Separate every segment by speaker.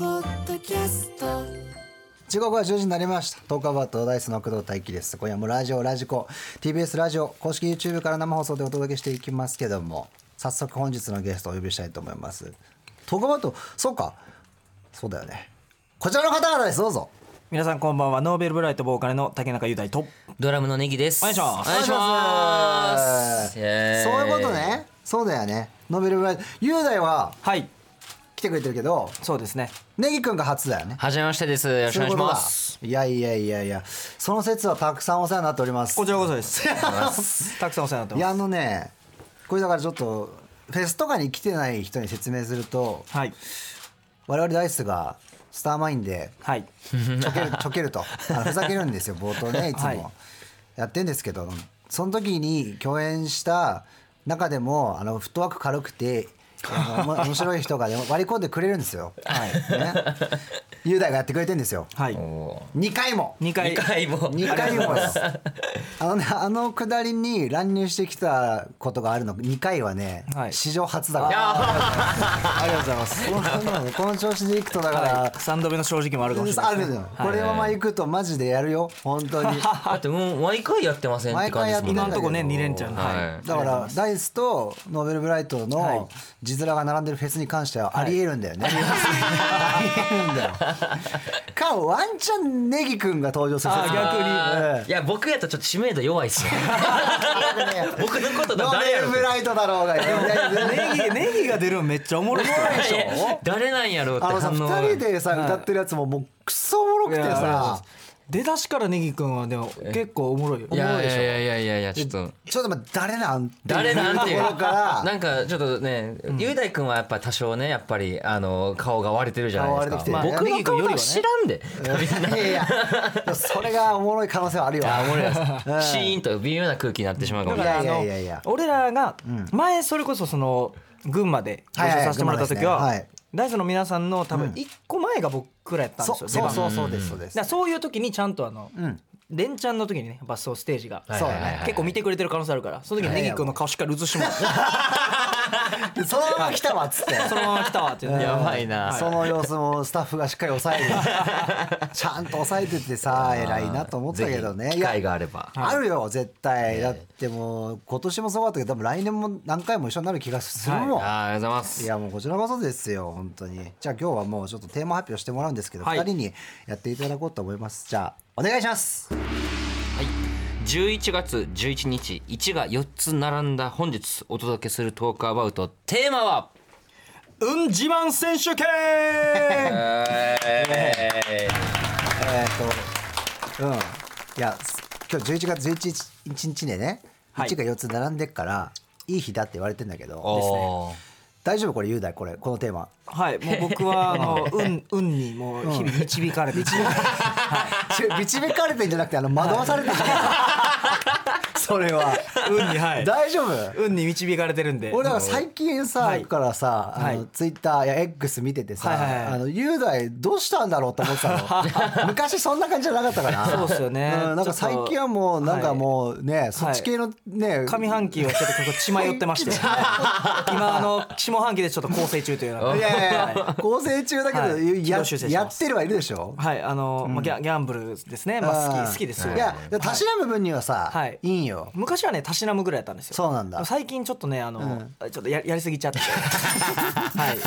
Speaker 1: キャスト
Speaker 2: 時刻は10時になりました東海バートダイスの工藤大輝です今夜もラジオラジコ TBS ラジオ公式 YouTube から生放送でお届けしていきますけども早速本日のゲストをお呼びしたいと思います東海バートそうかそうだよねこちらの方々ですどうぞ
Speaker 3: 皆さんこんばんはノーベルブライトボーカルの竹中雄大と
Speaker 4: ドラムのネギです。
Speaker 3: お願いします
Speaker 4: お願いします。
Speaker 2: そう
Speaker 4: イエー
Speaker 2: い
Speaker 4: イ
Speaker 2: うこと。ねそうだよねノーベルブライト雄大は
Speaker 3: はい
Speaker 2: 来てくれてるけど
Speaker 3: そうですね
Speaker 2: ネギくんが初だよね
Speaker 4: はじめましてです。よろしくお願いします。
Speaker 2: そういうことだいやいやいやいやその説はたくさんお世話になっております
Speaker 3: こちらこそですたくさんお世話にな
Speaker 2: い
Speaker 3: って
Speaker 2: や
Speaker 3: ま
Speaker 2: あのねこれだからちょっとフェスとかに来てない人に説明すると
Speaker 3: すはい
Speaker 2: 我々ダイスがスターマインで
Speaker 3: はい
Speaker 2: ちょ けるちょけるとあのふざけるんですよ冒頭ねいつも、
Speaker 3: はい
Speaker 2: やってんですけどその時に共演した中でもあのフットワーク軽くてあのおも 面白い人がね、割り込んでくれるんですよ。はいね、雄大がやってくれてんですよ。
Speaker 3: はい
Speaker 4: おー
Speaker 2: 2回も
Speaker 3: 2回
Speaker 4: 二回 も。
Speaker 2: 2回もです あのねあのくだりに乱入してきたことがあるの2回はね、
Speaker 3: はい
Speaker 2: 史上初だから
Speaker 3: ありがとうございます
Speaker 2: この この調子でいくとだから、
Speaker 3: はい3度目の正直もあるかもしれな
Speaker 2: あ
Speaker 3: いで
Speaker 2: る
Speaker 3: す
Speaker 2: の
Speaker 3: ね
Speaker 2: よこれはまあいくとマジでやるよ本当に
Speaker 4: だってもう毎回やってませんって感じで
Speaker 2: 毎回やっ
Speaker 4: すもんね。
Speaker 2: てないんだけど今んとこ
Speaker 3: ね二連チャン
Speaker 4: は。
Speaker 3: はい
Speaker 2: だからダイスとノーベルブライト
Speaker 3: は
Speaker 2: の
Speaker 3: い
Speaker 2: 字面が並んでるフェスに関してはありえるんだよね、ありえるんだよかワンチャンネギくんが登場する説も
Speaker 3: あ
Speaker 2: うん
Speaker 4: いや僕やとちょっと知名度弱い っすね。僕のこと
Speaker 2: ノー
Speaker 4: だ誰
Speaker 2: ベ
Speaker 4: や
Speaker 2: ル
Speaker 4: ろ
Speaker 2: ブライトだろうがいやいやいや
Speaker 3: ネギネギが出るのめっちゃおもろいっすよ
Speaker 4: いや誰なんやろうって
Speaker 2: あのさ
Speaker 4: 反応が。
Speaker 2: 2人でさ歌ってるやつももうクソおもろくて
Speaker 3: いやありがとうございま
Speaker 2: さ
Speaker 3: す出だしからネギくんはでも結構おもろいよ
Speaker 4: いやいやいやいやいやいやちょっと。
Speaker 2: ちょっと待って誰なんて
Speaker 4: 誰なんてい
Speaker 2: いううところから
Speaker 4: なんかちょっとね雄大君はやっぱ多少ねやっぱりあの顔が割れてるじゃないですか、
Speaker 2: 顔割れてき
Speaker 4: 僕
Speaker 2: てる
Speaker 4: の顔は知らんで、
Speaker 2: いやいやそれがおもろい可能性 はあるよ
Speaker 4: あー俺らシーンと微妙な空気になってしまうかもし
Speaker 3: だか
Speaker 4: れない
Speaker 3: らあ
Speaker 2: いや
Speaker 3: の
Speaker 2: いやいやいや
Speaker 3: 俺らが前それこそその群馬でご一緒させてもらった時
Speaker 2: はいはいはい群馬
Speaker 3: は
Speaker 2: ですね
Speaker 3: ダイソンの皆さんの多分1個前が僕らやったん
Speaker 2: そ
Speaker 3: です
Speaker 2: う
Speaker 3: よ
Speaker 2: そうそうそう
Speaker 3: 出番
Speaker 2: ですそうで
Speaker 3: だ
Speaker 2: す
Speaker 3: からそういう時にちゃんとあの、
Speaker 2: ん
Speaker 3: 連チャンの時にねやっぱそうステージが、
Speaker 4: はい
Speaker 2: そうだね
Speaker 3: 結構見てくれてる可能性あるからその時にネギ君の顔しっかり映してもらっ て
Speaker 2: でそのまま来たわっつって
Speaker 3: そのまま来たわって言って
Speaker 4: やばいな
Speaker 2: その様子もスタッフがしっかり抑えてちゃんと抑えててさ偉いなと思ったけどね
Speaker 4: ぜひ機会があれば
Speaker 2: あるよ絶対だってもう今年もそうだったけど多分来年も何回も一緒になる気がするもん
Speaker 4: あーありがとうございます
Speaker 2: いやもうこちらこそですよ本当にじゃあ今日はもうちょっとテーマ発表してもらうんですけど、
Speaker 3: はい
Speaker 2: 2人にやっていただこうと思いますじゃあお願いします
Speaker 4: 11月11日1が4つ並んだ本日お届けするトークアバウトテーマは
Speaker 3: 「うん自慢選手権」
Speaker 2: えっ、とうんいやす今日11月11日日でね
Speaker 3: はい
Speaker 2: 1が4つ並んでっからいい日だって言われてんだけど、
Speaker 4: おー
Speaker 2: 大丈夫これ雄大これこのテーマ
Speaker 3: はいもう僕はあの運運にもう日々導かれて、
Speaker 2: 違う導かれてんじゃなくてあの惑わされてんじゃないそれは
Speaker 3: 運にはい
Speaker 2: 大丈夫
Speaker 3: 運に導かれてるんで
Speaker 2: 俺だから最近さ、
Speaker 3: はい
Speaker 2: からさ、あ
Speaker 3: は
Speaker 2: の
Speaker 3: い
Speaker 2: ツイッターや X 見ててさ、
Speaker 3: はいはいはい
Speaker 2: あの雄大どうしたんだろうと思って たの昔そんな感じじゃなかったかな
Speaker 3: そうっすよね
Speaker 2: うんなんか最近はもうなんかもうね、そっち系のね、
Speaker 3: 上半期をちょっとここ血迷って まして今あの下半期でちょっと構成中というような感
Speaker 2: い
Speaker 3: じ
Speaker 2: やいやいや構成中だけど、
Speaker 3: はい
Speaker 2: や
Speaker 3: 軌道修正して
Speaker 2: や
Speaker 3: ま
Speaker 2: っ
Speaker 3: す
Speaker 2: てるはいるでしょ
Speaker 3: はいあの、まあ、ギャギャンブルですね、まあ、
Speaker 2: うん
Speaker 3: 好き好きですよ
Speaker 2: いやたしなむ分にはさ、
Speaker 3: はい
Speaker 2: いいんよ
Speaker 3: 昔はねたしなむぐらいだったんですよ
Speaker 2: そうなんだ
Speaker 3: 最近ちょっとねあの、ちょっとややりすぎち ゃってはい、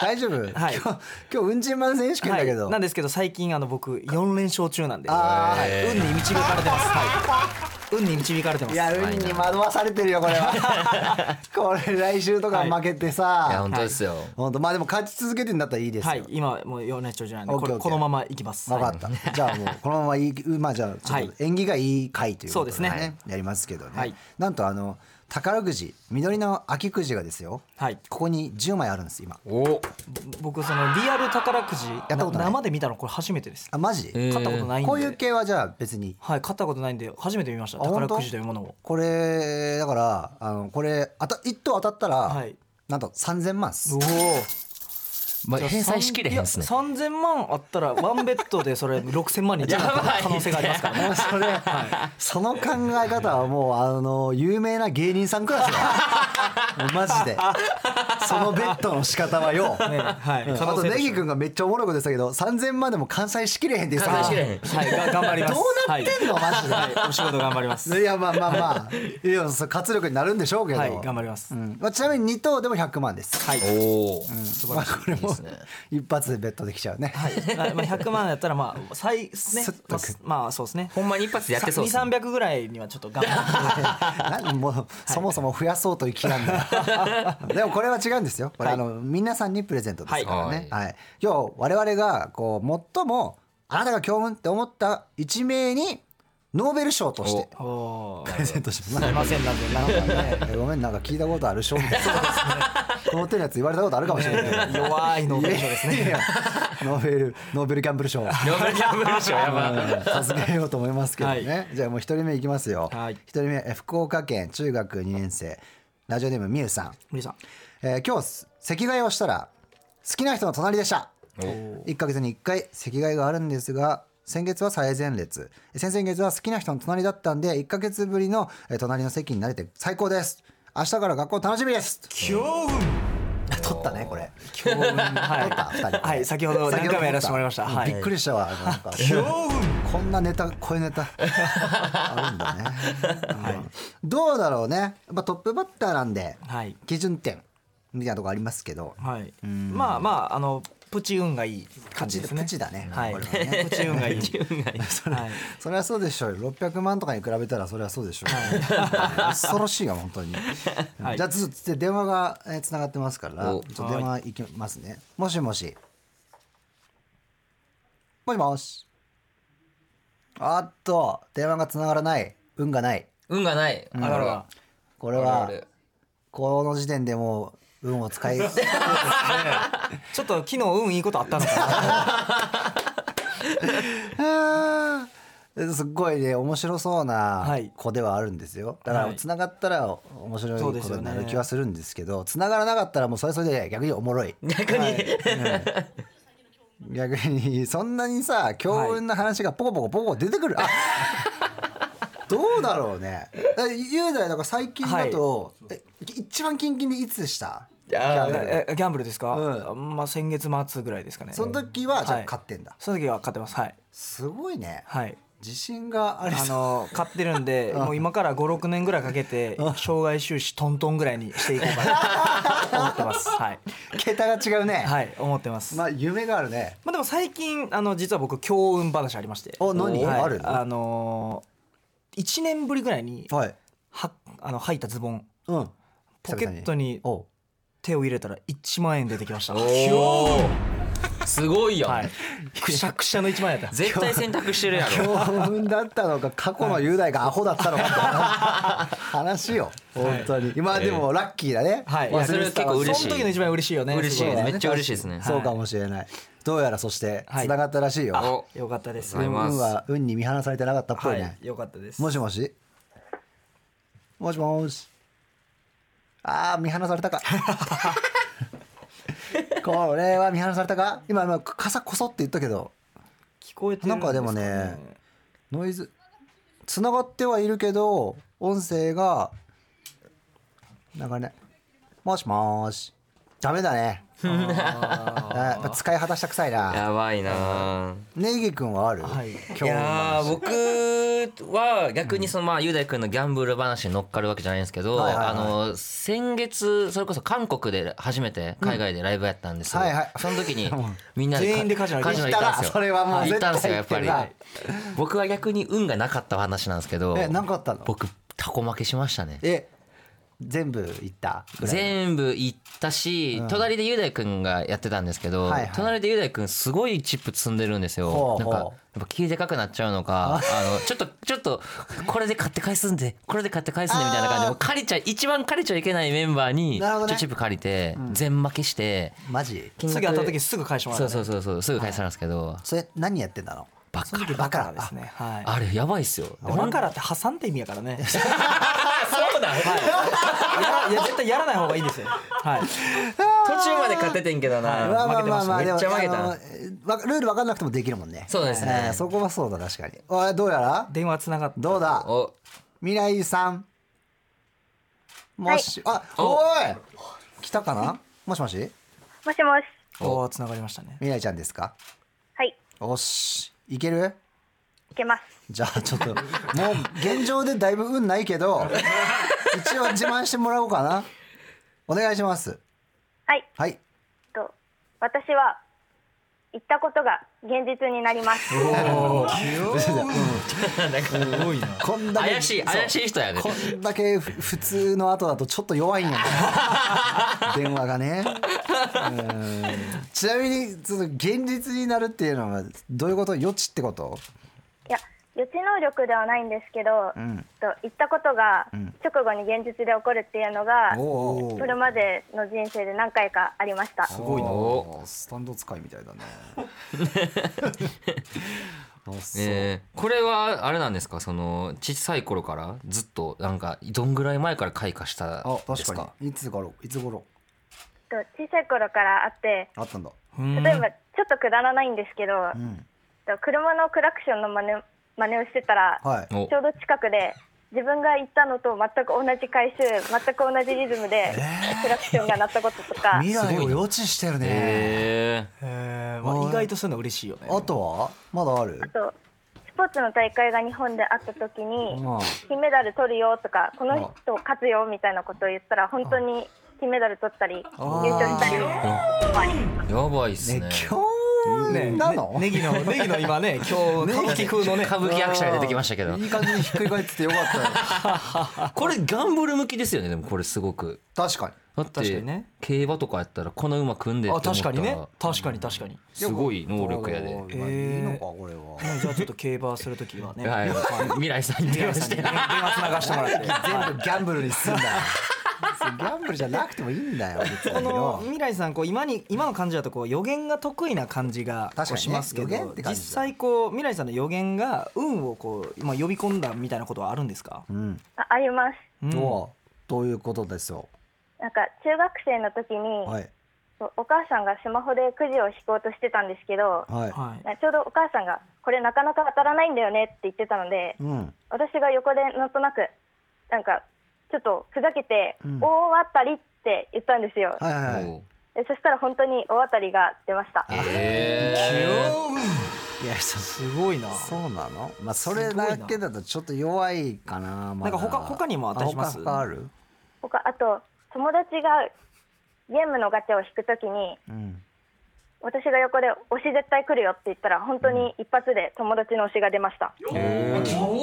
Speaker 2: 大丈夫、今
Speaker 3: はい
Speaker 2: 日今日運賃満選手権だけど、
Speaker 3: はいなんですけど最近あの僕4連勝中なんで、
Speaker 2: あー
Speaker 3: はい、運に導かれてます、はい、運に導かれてます
Speaker 2: いや運に惑わされてるよこれ はこれ来週とか負けてさ、
Speaker 4: いや本当ですよ、
Speaker 2: 本当まあでも勝ち続けてんだったらいいですよ、
Speaker 3: はい今もう4連勝中なんで
Speaker 2: オッ
Speaker 3: こ
Speaker 2: ケー
Speaker 3: れ
Speaker 2: オッケー
Speaker 3: このままいきます
Speaker 2: 分か
Speaker 3: はい
Speaker 2: った、じゃあ もうこのままいいまあじゃあちょっと縁起がいい回ということで,、ね
Speaker 3: はいそうですね
Speaker 2: やりますけどね、
Speaker 3: はい
Speaker 2: なんとあの宝くじ緑の秋くじがですよ、
Speaker 3: はい
Speaker 2: ここに10枚あるんです今
Speaker 4: お
Speaker 3: 僕そのリアル宝くじ
Speaker 2: たことない
Speaker 3: 生で見たのこれ初めてです
Speaker 2: あマジ、
Speaker 4: ー
Speaker 3: 買ったことないんで
Speaker 2: こういう系はじゃあ別に
Speaker 3: はい買ったことないんで初めて見ました
Speaker 2: あ
Speaker 3: 宝くじというものを
Speaker 2: これだからあのこれあた1等当たったら、
Speaker 3: はい
Speaker 2: なんと3000万っす
Speaker 3: おお
Speaker 4: まあ、返済しきれへんですね
Speaker 3: 三千万あったらワンベッドでそれ六千万に近くなる可能性がありま すからね。
Speaker 2: もうそれ、その考え方はもうあの有名な芸人さんクラスだよ マジでそのベッドの仕方はよ、
Speaker 3: ねはい
Speaker 2: うんあ
Speaker 3: 可能
Speaker 2: と
Speaker 3: 性と
Speaker 2: ネ
Speaker 3: して
Speaker 2: ギ君がめっちゃおもろいこと言ってたけど3000万でも完済しきれへんって言って
Speaker 4: 返済
Speaker 2: た
Speaker 4: しきれへん
Speaker 3: はい、が頑張ります。
Speaker 2: どうなってんの
Speaker 3: はい
Speaker 2: マジで
Speaker 3: はいお仕事頑張 ります。
Speaker 2: いやまあまあまあいやそう活力になるんでしょうけど、
Speaker 3: はい、頑張ります
Speaker 2: う。んまあ、ちなみに2等でも100万です、
Speaker 3: はい。
Speaker 4: おお、
Speaker 2: まあ、これも一発でベッドできちゃうね、
Speaker 3: はいまあ100万やったらまあ最ね
Speaker 2: すっとく
Speaker 3: まあすまあそうですね。
Speaker 4: ほんまに一発でやってそうですね
Speaker 3: 三百ぐらいにはちょっと頑張 る。
Speaker 2: なんもうそもそも増やそうという気なんだ でもこれは違うんですよこれ、あの皆さんにプレゼントですからね、はい今日我々がこう最もあなたが興奮って思った一名にノーベル賞として
Speaker 3: おおー。
Speaker 2: プレゼントします
Speaker 3: すいませんなんでなんかね。
Speaker 2: えごめんなんか聞いたことある賞み たいな思ってるやつ言われたことあるかもしれないけど
Speaker 3: 弱いので
Speaker 2: ですねノーベルノーベルギャンブル賞
Speaker 4: ノーベルギャンブル賞やばい
Speaker 2: 授けようと思いますけどね、じゃあもう一人目いきますよ一、
Speaker 3: はい
Speaker 2: 人目え福岡県中学2年生ラジオネームみゆさん、
Speaker 3: 森さん。
Speaker 2: えー今日席替えをしたら好きな人の隣でした1ヶ月に1回席替えがあるんですが先月は最前列先々月は好きな人の隣だったんで1ヶ月ぶりのえー隣の席になれて最高です明日から学校楽しみ です
Speaker 3: 強運。
Speaker 2: 取ったねこれ
Speaker 3: 強運。はい。
Speaker 2: 取った2人
Speaker 3: はい先ほど何回もやらせてもらいました。
Speaker 2: うん
Speaker 3: はい。
Speaker 2: びっくりしたわなん かこんなネタこういうネタあるんだね、うんどうだろうねやっぱトップバッターなんで、
Speaker 3: はい
Speaker 2: 基準点みたいなとこありますけど
Speaker 3: はい。まあまああのプチ運がいい感じですね。
Speaker 2: プチだね
Speaker 3: はい。
Speaker 2: これはね
Speaker 3: プチ運がいい。はい。
Speaker 2: それはそうでしょうよ600万とかに比べたらそれはそうでしょうよ、恐ろしいよ本当に、
Speaker 3: はい
Speaker 2: じゃあずっと電話がつながってますからちょ
Speaker 4: お
Speaker 2: っと電話いきますねもしもしもしもしあっと電話がつながらない運がない
Speaker 4: 運がないあらら
Speaker 2: これ
Speaker 4: あら
Speaker 2: は
Speaker 4: あら
Speaker 2: この時点でもう運を使 い
Speaker 3: ちょっと昨日運いいことあったの か
Speaker 2: あーすっごいね面白そうな
Speaker 3: はい
Speaker 2: 子ではあるんですよだから
Speaker 3: はい
Speaker 2: 繋がったら面白い
Speaker 3: そ
Speaker 2: こ
Speaker 3: うです
Speaker 2: と
Speaker 3: よね
Speaker 2: になる気はするんですけど繋がらなかったらもうそれそれで逆におもろい
Speaker 4: な逆に
Speaker 2: 逆にそんなにさ強運の話がポコポコポコポコ出てくる、あどうだろうねだから雄大だから最近だと、え一番近々でいつでした
Speaker 4: あ
Speaker 3: な。えギャンブルですか。
Speaker 2: う
Speaker 3: まあ先月末ぐらいですかね。
Speaker 2: その時はじゃあ
Speaker 3: はい
Speaker 2: 勝ってんだ、
Speaker 3: その時は勝ってます。はい。
Speaker 2: すごいね
Speaker 3: はい。
Speaker 2: 自信があり
Speaker 3: あ
Speaker 2: そう
Speaker 3: の買ってるんでも う今から56年ぐらいかけて障害収支トントンぐらいにしていこうかなと思ってますはい、
Speaker 2: 桁が違うね、
Speaker 3: はい、思ってます、
Speaker 2: まあ夢があるね
Speaker 3: まあ、でも最近あの実は僕強運話ありまして
Speaker 2: お何
Speaker 3: はい
Speaker 2: ある
Speaker 3: あのー、1年ぶりぐらいに
Speaker 2: はい
Speaker 3: はあの履いたズボン
Speaker 2: うん
Speaker 3: ポケットに
Speaker 2: おう
Speaker 3: 手を入れたら1万円出てきました
Speaker 4: おおすごいよ、
Speaker 3: はいくしゃくしゃの1万円やった
Speaker 4: 絶対選択してるやろ
Speaker 2: 興奮だったのか過去の雄大がアホだったのかって話 よ本当に、今でもラッキーだね、
Speaker 3: はい
Speaker 2: 忘れてたわ
Speaker 4: いやそれは結構嬉しい
Speaker 3: その時の一番嬉しいよね
Speaker 4: 嬉しい
Speaker 3: すご
Speaker 4: ねめっちゃ嬉しいですね
Speaker 2: そうかもしれない、どうやらそして
Speaker 3: はい
Speaker 2: 繋がったらしいよ、
Speaker 4: お
Speaker 3: よかったです
Speaker 4: ありがとうございます
Speaker 2: 運は運に見放されてなかったっぽいね、
Speaker 3: はいよかったです
Speaker 2: もしもしもしもしああ見放され たかこれは見放されたか今今傘こそって言ったけど
Speaker 3: 聞こえてる
Speaker 2: なんかでも
Speaker 3: です
Speaker 2: ねノイズつながってはいるけど音声がなんかねもしもーしダメだね あやっぱ使い果たしたくさいな
Speaker 4: やばいな
Speaker 2: ネギ君はある、
Speaker 3: はい
Speaker 4: い
Speaker 2: 今日
Speaker 4: やー僕は逆にそのまあ雄大君のギャンブル話に乗っかるわけじゃないんですけど、
Speaker 2: はいはいはい
Speaker 4: あの先月それこそ韓国で初めて海外でライブやったんですよ、
Speaker 2: はいはい
Speaker 4: その時 にみんな
Speaker 3: 全員でカジノ行
Speaker 4: カ
Speaker 3: った
Speaker 4: ジノ行ったんですよ
Speaker 2: それはもう
Speaker 4: 行ったんですよやっ
Speaker 2: 絶対
Speaker 4: ぱり
Speaker 2: 行って
Speaker 4: 僕は逆に運がなかった話なんですけど
Speaker 2: えなんかあったの
Speaker 4: 僕タコ負けしましたね
Speaker 2: え全部いったぐらい
Speaker 4: 全部行ったし、隣で雄大君がやってたんですけど、
Speaker 2: はいはい
Speaker 4: 隣で雄大君すごいチップ積んでるんですよ、
Speaker 2: ほう
Speaker 4: な
Speaker 2: ほ
Speaker 4: ん
Speaker 2: う
Speaker 4: かやっぱ気でかくなっちゃうのかあのちょっとちょっとこれで買って返すんでこれで買って返すんでみたいな感じでもう借りちゃ一番借りちゃいけないメンバーにち
Speaker 2: なるほど
Speaker 4: ょっ
Speaker 2: ね
Speaker 4: とチップ借りて、全負けして
Speaker 2: マジ
Speaker 4: 金
Speaker 3: 次当たった時すぐ返してもら
Speaker 4: そううそうそうそうすぐ返したんですけど、
Speaker 2: それ何やってんだろ
Speaker 4: バカ
Speaker 3: うバカラですねはい
Speaker 4: あれやばい っすよ
Speaker 3: バカラって挟んで意味やからね
Speaker 4: そうだ
Speaker 3: いやいや絶対やらない方がいいですよはい
Speaker 4: 途中まで勝ててんけど
Speaker 2: ま
Speaker 4: な
Speaker 2: あまあまあまあ
Speaker 4: 負けてましためっ
Speaker 2: で
Speaker 4: ちゃ
Speaker 2: もあのわルール分かんなくてもできるもんね
Speaker 4: そうですね
Speaker 2: えーそこはそうだ確かにおいどうやら
Speaker 3: 電話つながった
Speaker 2: どうだ
Speaker 4: お
Speaker 2: 未来さんもし、あ
Speaker 4: お
Speaker 2: おい来たかなもしもし
Speaker 1: もしもし。
Speaker 3: おおつながりましたね
Speaker 2: 未来ちゃんですか
Speaker 1: はい、
Speaker 2: おしいける
Speaker 1: いけます。
Speaker 2: じゃあちょっ ともう現状でだいぶ運ないけど一応自慢してもらおうかなお願いします
Speaker 1: はい、
Speaker 2: はい
Speaker 1: と私は行ったことが現実になります。
Speaker 3: すごいな
Speaker 2: こんだけ
Speaker 4: 怪しい怪しい人やね
Speaker 2: こんだけふ普通の後だとちょっと弱いんやね電話がねうんちなみにその現実になるっていうのはどういうこと予知ってこと
Speaker 1: いや、予知能力ではないんですけど、
Speaker 2: ん
Speaker 1: と行ったことが直後に現実で起こるっていうのが、
Speaker 2: おー
Speaker 1: それまでの人生で何回かありました。
Speaker 2: すごいな
Speaker 4: お
Speaker 2: スタンド使いみたいだねあそう
Speaker 4: えーこれはあれなんですかその小さい頃からずっとなんかどんぐらい前から開花した
Speaker 2: あ
Speaker 4: で
Speaker 2: 確
Speaker 4: すか
Speaker 2: かにいつ頃いつ頃
Speaker 1: と小さい頃からあって、
Speaker 2: あったんだ
Speaker 3: うん
Speaker 1: 例えばちょっとくだらないんですけど、
Speaker 2: うん
Speaker 1: と車のクラクションの真似真似をしてたら、
Speaker 2: はい
Speaker 4: お
Speaker 1: ちょうど近くで自分が行ったのと全く同じ回数全く同じリズムでクラクションが鳴ったこととか、
Speaker 2: 未来を予知してるね、
Speaker 4: え
Speaker 3: えーまあ、意外とそういうの嬉しいよね
Speaker 2: あとはまだある
Speaker 1: あとスポーツの大会が日本であった時に
Speaker 2: うん
Speaker 1: 金メダル取るよとかこの人勝つよみたいなことを言ったら本当に金メダル取ったり優勝したり
Speaker 4: ー、やばいっすね
Speaker 2: 熱狂なの、
Speaker 3: ね、ネギのネギの今ね今日歌舞伎風のね
Speaker 4: 歌舞伎役者が出てきましたけど
Speaker 2: いい感じにひっくり返っててよかったよ
Speaker 4: これギャンブル向きですよねでもこれすごく
Speaker 2: 確かに
Speaker 4: だって
Speaker 3: 確かにね
Speaker 4: 競馬とかやったらこの馬組んでって
Speaker 3: あ
Speaker 4: 思ったら
Speaker 3: 確かにね確かに確かに
Speaker 4: すごい能力やで
Speaker 2: まあ
Speaker 3: えー
Speaker 2: いいのかこれは
Speaker 3: じゃあちょっと競馬するときはね
Speaker 4: はい未来さんに電話して
Speaker 3: 電話つながしてもらって
Speaker 2: 全部ギャンブルにすんだ よギャンブルじゃなくてもいいんだよ別
Speaker 3: こ
Speaker 2: に
Speaker 3: の
Speaker 2: よ
Speaker 3: 未来さんこう今に今の感じだとこう予言が得意な感じが
Speaker 2: 確かにね
Speaker 3: こうしますけど、
Speaker 2: 予言って感
Speaker 3: 実
Speaker 2: じだ
Speaker 3: 際こう未来さんの予言が運をこう、まあ、呼び込んだみたいなことはあるんですか、
Speaker 2: うん
Speaker 1: ああります
Speaker 3: うん
Speaker 2: とということですよ
Speaker 1: なんか中学生の時
Speaker 2: はい
Speaker 1: にお母さんがスマホでくじを引こうとしてたんですけ
Speaker 2: は
Speaker 1: ど
Speaker 3: はい、
Speaker 1: ちょうどお母さんがこれなかなか当たらないんだよねって言ってたので
Speaker 2: いうん
Speaker 1: 私が横でなんとなくなんかちょっとふざけて
Speaker 2: うん
Speaker 1: 「大当たり」って言ったんですよ、
Speaker 2: はいはいはい
Speaker 4: おう
Speaker 1: でそしたら本当に大当たりが出ました
Speaker 4: え
Speaker 2: いやそ
Speaker 3: すごいな
Speaker 2: そうなのまあそれだけだとちょっと弱いかなまだ
Speaker 3: なんか他他にもあったりしま
Speaker 2: あ
Speaker 3: す
Speaker 2: 他他ある
Speaker 1: 他あと友達がゲームのガチャを引くときに
Speaker 2: うん
Speaker 1: 私が横で「推し絶対来るよ」って言ったら本当に一発で友達の推しが出ました、
Speaker 4: ー、お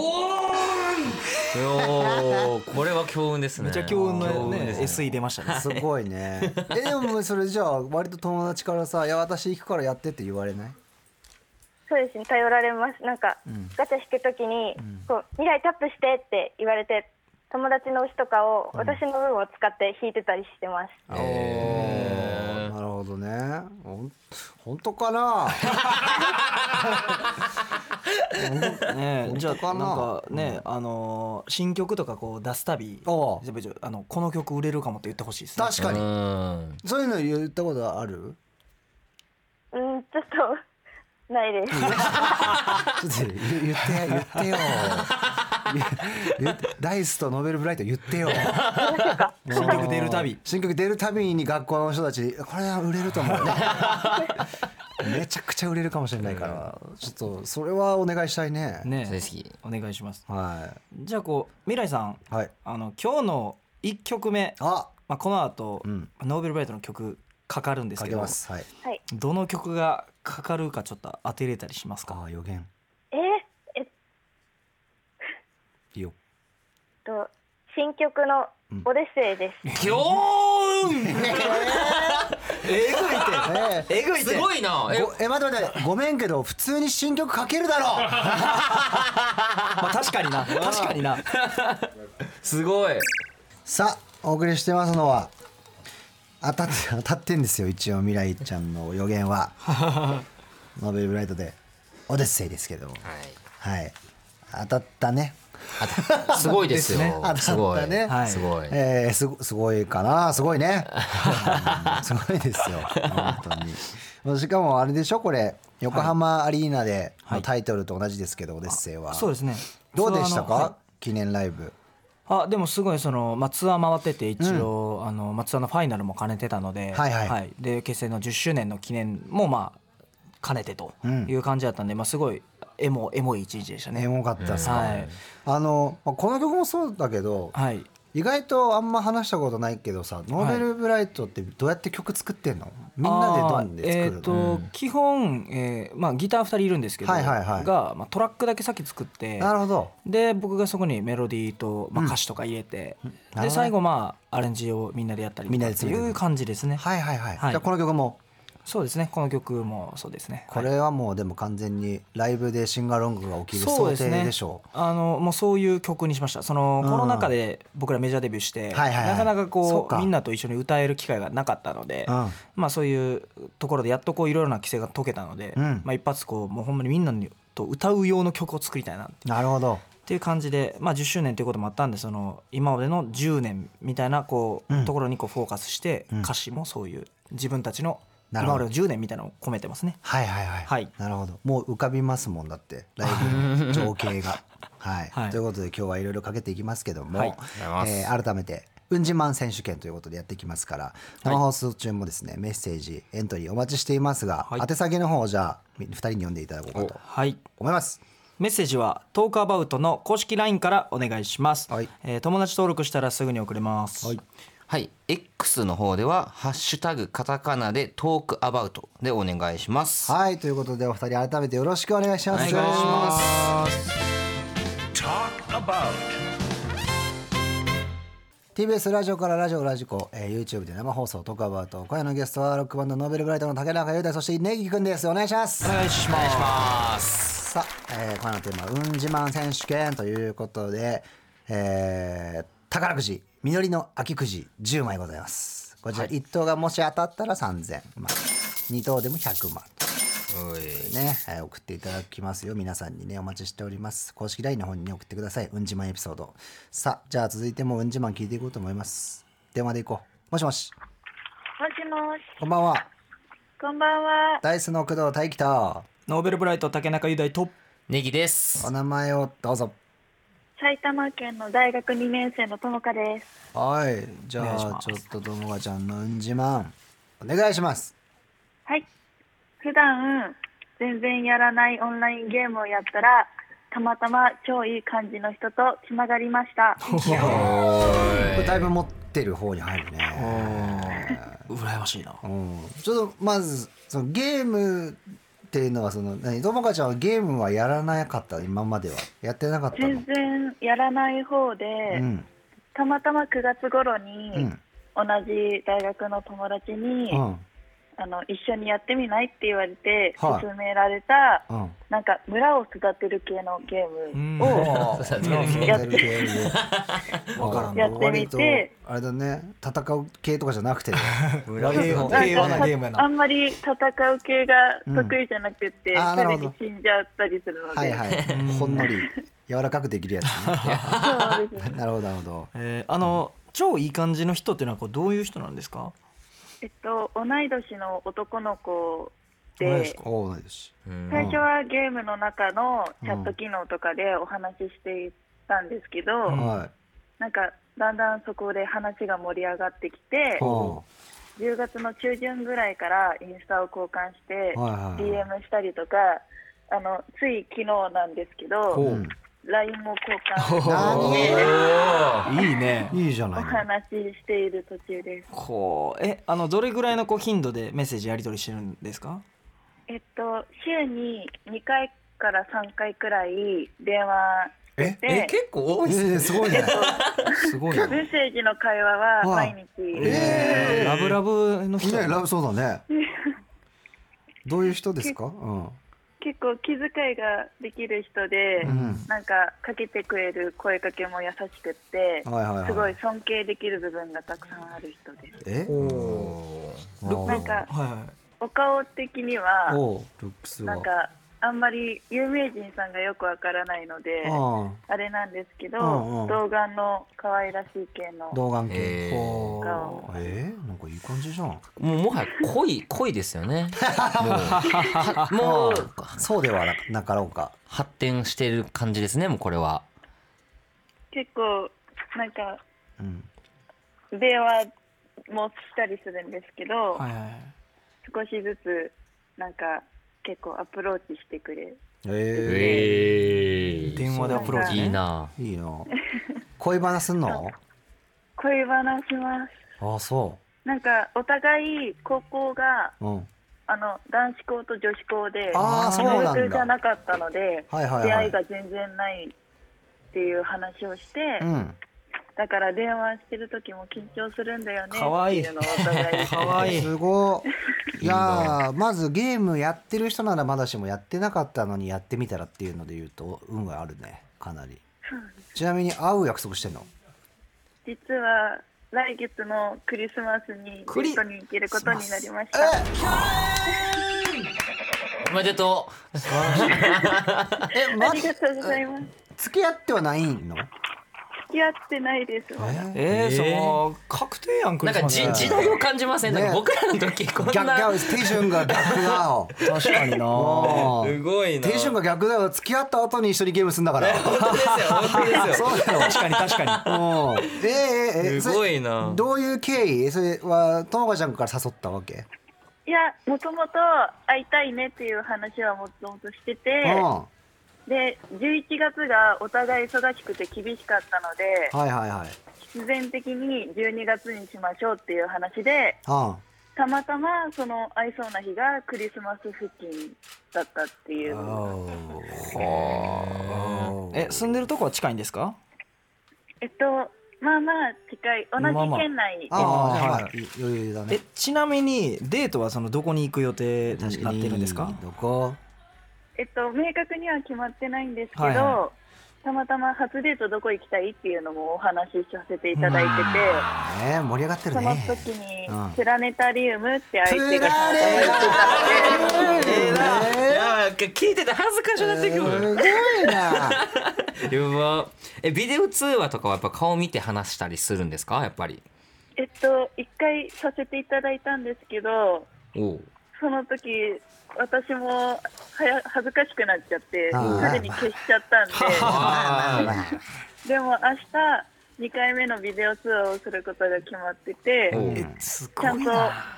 Speaker 4: ーこれは強運ですね
Speaker 3: めっちゃ強運のね
Speaker 4: です
Speaker 3: SE 出ましたね
Speaker 2: すごいねえでもそれじゃあ割と友達からさ「いや私行くからやって」って言われない
Speaker 1: そうですね頼られますなんか、ガチャ引くときに、こう「未来タップして」って言われて友達の推しとかを私の分を使って引いてたりしてます、
Speaker 2: おーなるほどね。ほん本当かな。
Speaker 3: ね
Speaker 2: 本当
Speaker 3: じゃあ
Speaker 2: か
Speaker 3: なん
Speaker 2: な
Speaker 3: かね、あのー新曲とかこう出すたび
Speaker 2: おう
Speaker 3: やっぱりちょあのこの曲売れるかもって言ってほしいですね
Speaker 2: 確かに。
Speaker 4: うん
Speaker 2: そういうの言ったことある？
Speaker 1: うんちょっとないです
Speaker 2: ちょっと言言って言ってよ。言言ダイスとノベルブライト言ってよ。
Speaker 3: 新曲出るたび
Speaker 2: 新曲出るたびに学校の人たちこれは売れると 思うね。めちゃくちゃ売れるかもしれないから、ちょっとそれはお願いしたいね。
Speaker 3: ね
Speaker 4: 大好き
Speaker 3: お願いします
Speaker 2: は
Speaker 3: じゃあこう未来さん
Speaker 2: いはい。
Speaker 3: あの今日の一曲目
Speaker 2: あ、
Speaker 3: まあ、この後、
Speaker 2: うん
Speaker 3: ノーベルブライトの曲かかるんです
Speaker 2: か
Speaker 3: け
Speaker 2: け
Speaker 3: ど
Speaker 2: ます。はい。
Speaker 1: はい
Speaker 3: どの曲がかかるかちょっと当てれたりしますか
Speaker 2: あ、予言。
Speaker 1: えーえっ
Speaker 2: いいよ。
Speaker 1: と新曲の「オデッセイ」です、
Speaker 4: 強運
Speaker 3: えぐい
Speaker 2: えー
Speaker 3: てえぐい
Speaker 4: すごいなえ
Speaker 2: ごえ待って待ってごめんけど普通に新曲かけるだろう
Speaker 3: まあ、確か にな確かにな
Speaker 4: すごい
Speaker 2: さあお送りしてますのは当たって 当たってんですよ一応未来ちゃんの予言はノーベルブライトで「オデッセイ」ですけどもはい、当たったね。
Speaker 4: あすごいですよ。
Speaker 3: ですね
Speaker 2: あ
Speaker 4: すご
Speaker 2: だっ
Speaker 4: い、
Speaker 2: たね
Speaker 4: すごい。
Speaker 2: えー、すごすごいかなすごいね、うんすごいですよ本当にしかもあれでしょこれ横浜アリーナでのタイトルと同じですけど、オデッセイは
Speaker 3: そうですね
Speaker 2: どうでしたか、
Speaker 3: それはあの
Speaker 2: 記念ライブ
Speaker 3: あでもすごいその、まあ、ツアー回ってて一応、あのまあ、ツアーのファイナルも兼ねてたので,、
Speaker 2: はいはい
Speaker 3: で結成の10周年の記念もまあ兼ねてという感じだったんで、まあ、すごいエモエモい一日でしたね。
Speaker 2: エモかったですね、
Speaker 3: はい
Speaker 2: あのまあこの曲もそうだけど、
Speaker 3: はい
Speaker 2: 意外とあんま話したことないけどさノーベルブライトってどうやって曲作ってんの、みんなでドンで
Speaker 3: あー
Speaker 2: 作
Speaker 3: え
Speaker 2: るの、
Speaker 3: ーと基本、えーまあ、ギター2人いるんですけど、
Speaker 2: はいはいはい
Speaker 3: が、まあ、トラックだけ先作って
Speaker 2: なるほど
Speaker 3: で僕がそこにメロディーと、まあ、歌詞とか入れて、
Speaker 2: ほどね
Speaker 3: で最後まあアレンジをみんなでやったり
Speaker 2: みんなで
Speaker 3: って
Speaker 2: 詰めて
Speaker 3: いう感じですね、
Speaker 2: はいはいはい、
Speaker 3: はい
Speaker 2: じゃあこの曲も
Speaker 3: そうですねこの曲もそうですね
Speaker 2: こ
Speaker 3: はい
Speaker 2: れはもうでも完全にライブでシンガーロングが起きる
Speaker 3: そう
Speaker 2: 想
Speaker 3: です
Speaker 2: 定
Speaker 3: ね
Speaker 2: でしょう
Speaker 3: あのもうそういう曲にしましたその、
Speaker 2: うん
Speaker 3: コロナ禍で僕らメジャーデビューして、
Speaker 2: はいはいはい
Speaker 3: なかなか
Speaker 2: そう
Speaker 3: こう
Speaker 2: か
Speaker 3: みんなと一緒に歌える機会がなかったので、
Speaker 2: うん
Speaker 3: まあ、そういうところでやっとこういろいろな規制が解けたので、
Speaker 2: うん
Speaker 3: まあ、一発こうもうほんまにみんなにと歌う用の曲を作りたいなっ
Speaker 2: なるほど
Speaker 3: ていう感じで、まあ、10周年ということもあったんでその今までの10年みたいなこう、
Speaker 2: うん
Speaker 3: ところにこうフォーカスして、
Speaker 2: うん
Speaker 3: 歌詞もそういう自分たちの
Speaker 2: な
Speaker 3: 今
Speaker 2: るほ
Speaker 3: ま
Speaker 2: ど
Speaker 3: での10年みたいなのを込めてますね。
Speaker 2: はいはいはい、
Speaker 3: はい
Speaker 2: なるほどもう浮かびますもんだってライブの情景がはい、
Speaker 3: はい
Speaker 2: ということで今日はいろいろかけていきますけども、
Speaker 3: はい
Speaker 2: えー改めてうんじまん選手権ということでやっていきますから生放送中もですね、メッセージエントリーお待ちしていますが、
Speaker 3: はい
Speaker 2: 宛先の方をじゃあ2人に読んでいただこうかと
Speaker 3: はい
Speaker 2: 思います
Speaker 3: メッセージはトークアバウトの公式 LINE からお願いします、
Speaker 2: はい
Speaker 3: えー友達登録したらすぐに送れます、
Speaker 2: はい
Speaker 4: はい、X の方ではハッシュタグカタカナでトークアバウトでお願いします。
Speaker 2: はいということでお二人改めてよろしくお願いします
Speaker 4: お願いします
Speaker 5: Talk about.
Speaker 2: TBS ラジオからラジオラジコ、えー、YouTube で生放送トークアバウト今夜のゲストはロックバンドノーベルブライトの竹中雄大そしてネギくんですお願いします
Speaker 3: お願いします
Speaker 2: さあ、えー、今夜のテーマは「うん自慢選手権」ということで、えー、宝くじ実りの秋くじ10枚ございますこちら1等がもし当たったら3000万2等でも100万
Speaker 4: おい
Speaker 2: ね、えー送っていただきますよ皆さんにねお待ちしております公式 LINE の方にね送ってくださいうん自慢エピソードさあじゃあ続いてもうん自慢聞いていこうと思います電話でいこうもしもし
Speaker 1: しもし、
Speaker 2: こんばんは
Speaker 1: こんばんは。
Speaker 2: ダイスの工藤大輝と
Speaker 3: ノーベルブライト竹中雄大と
Speaker 4: ネギです
Speaker 2: お。名前をどうぞ
Speaker 1: 埼玉県の大学2年生のともかです。
Speaker 2: はいじ
Speaker 3: お願
Speaker 2: ゃ
Speaker 3: いし
Speaker 2: あ
Speaker 3: ます
Speaker 2: ちょっとともかちゃんのうん自慢お願いします
Speaker 1: はい。普段、全然やらないオンラインゲームをやったら、たまたま超いい感じの人とつながりま した。
Speaker 2: これだいぶ持ってる方に入るね
Speaker 3: 羨ましいな
Speaker 2: うんちょっとまずそのゲームっていうのはその何ともかちゃんはゲームはやらなかった今まではやってなかったの
Speaker 1: 全然やらない方で、
Speaker 2: うん
Speaker 1: たまたま9月頃に、
Speaker 2: うん
Speaker 1: 同じ大学の友達に、
Speaker 2: うん
Speaker 1: あの一緒にやってみないって言われて、
Speaker 2: はい
Speaker 1: 勧められた、
Speaker 2: うん
Speaker 1: なんか村を育てる系のゲームを、
Speaker 4: さて
Speaker 1: や
Speaker 2: やってる系でわからん
Speaker 1: やってみ
Speaker 2: 割と
Speaker 1: て
Speaker 2: あれだね戦う系とかじゃなくてね
Speaker 3: 裏切り者
Speaker 1: なんか
Speaker 3: 平和なゲームやな
Speaker 1: あんまり戦う系が得意じゃなく
Speaker 2: う
Speaker 1: て、
Speaker 2: んあーなる
Speaker 1: 彼
Speaker 2: ほど
Speaker 1: に死んじゃったりするので、
Speaker 2: はいはいほんのり柔らかくできるやつね
Speaker 1: そうで すね
Speaker 2: なるほどなるほど
Speaker 3: えーあの超いい感じの人っていうのはこうどういう人なんですか
Speaker 1: えっと、同い年の男の子
Speaker 3: 同い
Speaker 1: で
Speaker 3: 年か、
Speaker 2: おおないです
Speaker 4: うん
Speaker 1: 最初はゲームの中のチャット機能とかでお話ししていたんですけど、
Speaker 2: は
Speaker 1: なんかだんだんそこで話が盛り上がってきて
Speaker 2: い、お
Speaker 1: 10月の中旬ぐらいからインスタを交換して、
Speaker 2: はいはいはい
Speaker 1: DM したりとかあのつい昨日なんですけ
Speaker 2: う
Speaker 1: ど
Speaker 2: ん
Speaker 1: LINE も交換
Speaker 2: 何
Speaker 3: いいね
Speaker 2: いいじゃ
Speaker 1: お
Speaker 2: ないの
Speaker 1: 話ししている途中です。
Speaker 3: こうえあのどれぐらいのこう頻度でメッセージやり取りしてるんですか
Speaker 1: えっと、週に2回から3回くらい電話して
Speaker 4: え結構多いっすね。
Speaker 2: えーすごいね
Speaker 3: すごいな、
Speaker 1: メッセージの会話は
Speaker 2: はい
Speaker 1: 毎日、
Speaker 3: えーラブラブの人
Speaker 2: ねラブそうだねどういう人ですかうん
Speaker 1: 結構気遣いができる人で、
Speaker 2: ん
Speaker 1: なんかかけてくれる声かけも優しくって、
Speaker 2: はいはいはい
Speaker 1: すごい尊敬できる部分がたくさんある人です。
Speaker 2: え
Speaker 3: おお
Speaker 1: なんか
Speaker 3: はいはい
Speaker 1: お顔的には
Speaker 2: おルックス
Speaker 1: なん
Speaker 2: が
Speaker 1: か
Speaker 5: あんまり有名人さんがよくわからないので、
Speaker 2: うん
Speaker 5: あれなんですけど、
Speaker 2: うんうん
Speaker 5: 童顔の可愛らしい系の
Speaker 2: 童顔系
Speaker 4: へー
Speaker 2: ほう
Speaker 5: 顔
Speaker 2: えー、なんかいい感じじゃん
Speaker 4: もうもはや 恋恋ですよね。 もうもう
Speaker 2: そうではななかろうか
Speaker 4: 発展してる感じですねもうこれは。
Speaker 5: 結構なんか
Speaker 2: うん
Speaker 5: 電話もしたりするんですけど、
Speaker 3: はいはい
Speaker 5: 少しずつなんか結構アプローチしてくれる
Speaker 2: え
Speaker 4: え
Speaker 3: 電話でアプローチ、ね、
Speaker 4: いいな。
Speaker 2: ー、いいな恋バナすんの
Speaker 5: 恋バナします
Speaker 2: ああそ
Speaker 5: なんかお互い高校が
Speaker 2: ううん
Speaker 5: あの男子校と女子校で
Speaker 2: あーそうなんだ
Speaker 5: 普通じゃなかったので、
Speaker 2: はいはいはい
Speaker 5: 出会いが全然ないっていう話をして、
Speaker 2: うん
Speaker 5: だから電話してる時も緊張するんだよね
Speaker 3: かわいい
Speaker 5: っていうのをお互い
Speaker 3: かわいい
Speaker 2: すごい。
Speaker 4: い
Speaker 2: い
Speaker 4: いな
Speaker 2: やーまずゲームやってる人ならまだしもやってなかったのにやってみたらっていうので言うと運があるねかなり。ちなみに会う約束してんの
Speaker 5: 実は来月のクリスマスに
Speaker 3: クリ
Speaker 5: デートに行けることになりました
Speaker 4: おめでとう。
Speaker 2: えま
Speaker 5: ありがとうございます
Speaker 2: 付き合ってはないの
Speaker 5: 付き合ってないですまだ
Speaker 3: えー、その確定やんク
Speaker 4: な
Speaker 3: リ
Speaker 4: ん
Speaker 3: ス
Speaker 4: か
Speaker 3: マス
Speaker 4: じ時代を感じません。なんか僕らの時こん
Speaker 2: 逆だ
Speaker 4: な
Speaker 2: テンションが逆だよ。
Speaker 3: 確か にな
Speaker 2: あ
Speaker 4: す
Speaker 2: ー
Speaker 4: ごいな。
Speaker 2: テンションが逆だよ付き合った後に一緒にゲームすんだから。
Speaker 4: 本当ですよ本当です よ。
Speaker 2: そうだよ。
Speaker 3: 確かに確か
Speaker 2: うんええええ
Speaker 4: すごいな
Speaker 2: それどういう経緯それはともかちゃんから誘ったわけ、
Speaker 5: いやもともと会いたいねっていう話はもともとしてて
Speaker 2: うんは
Speaker 5: で11月がお互い忙しくて厳しかったので
Speaker 2: いはいはい、
Speaker 5: 必然的に12月にしましょうっていう話で
Speaker 2: うん、
Speaker 5: たまたまその会いそうな日がクリスマス付近だったっていう
Speaker 3: にえ住んでるとこは近いんですか
Speaker 5: えっとまあまあ近い同じ
Speaker 3: まあまあ
Speaker 5: 県内
Speaker 2: ああ
Speaker 3: あー
Speaker 2: は
Speaker 3: はい
Speaker 2: 余裕だね
Speaker 3: えちなみにデートはそのどこに行く予定になってるんですか
Speaker 2: どこ
Speaker 5: えっと、明確には決まってないんですけど、
Speaker 3: はいは
Speaker 5: たまたま初デートどこ行きたいっていうのもお話しさせていただいて
Speaker 2: ね盛り上がって
Speaker 5: て、
Speaker 2: る
Speaker 5: その
Speaker 2: ね
Speaker 5: 時に
Speaker 2: うん
Speaker 5: プラネタリウムって相手が
Speaker 2: ラ
Speaker 5: 話して
Speaker 4: えーやばい聞いてて恥ずかしくなってく
Speaker 2: す
Speaker 4: る。
Speaker 2: ごいな
Speaker 4: やば。 えビデオ通話とかはやっぱ顔見て話したりするんですかやっぱり。
Speaker 5: えっと一回させていただいたんですけど
Speaker 4: おう。
Speaker 5: その時私もはや恥ずかしくなっちゃって
Speaker 2: あー
Speaker 5: すぐに消しちゃったん で
Speaker 4: ああ。
Speaker 5: でも明日2回目のビデオツアーをすることが決まってて。
Speaker 4: おう
Speaker 3: えす
Speaker 5: ちゃんと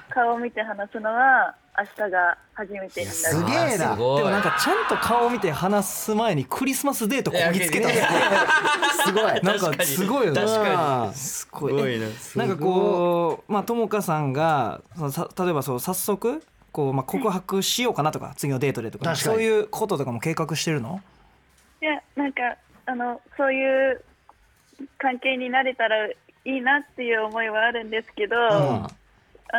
Speaker 5: 顔を見て話すのは明日が初めてにな
Speaker 2: す
Speaker 5: る
Speaker 2: げえな
Speaker 4: あーすごい
Speaker 3: でもなんかちゃんと顔を見見て話す前にクリスマスデートこぎつけたんですよ
Speaker 2: すごい
Speaker 3: なんか すごいよね
Speaker 4: 確かに
Speaker 3: すご
Speaker 4: すご
Speaker 3: い
Speaker 4: いな
Speaker 3: なんかこうまあともかさんがそのさ例えばそう早速こうまあ告白しようかなとか次のデートでとか
Speaker 2: 確かに
Speaker 3: そういうこととかも計画してるの
Speaker 5: いやなんかあのそういう関係になれたらいいなっていう思いはあるんですけど、あ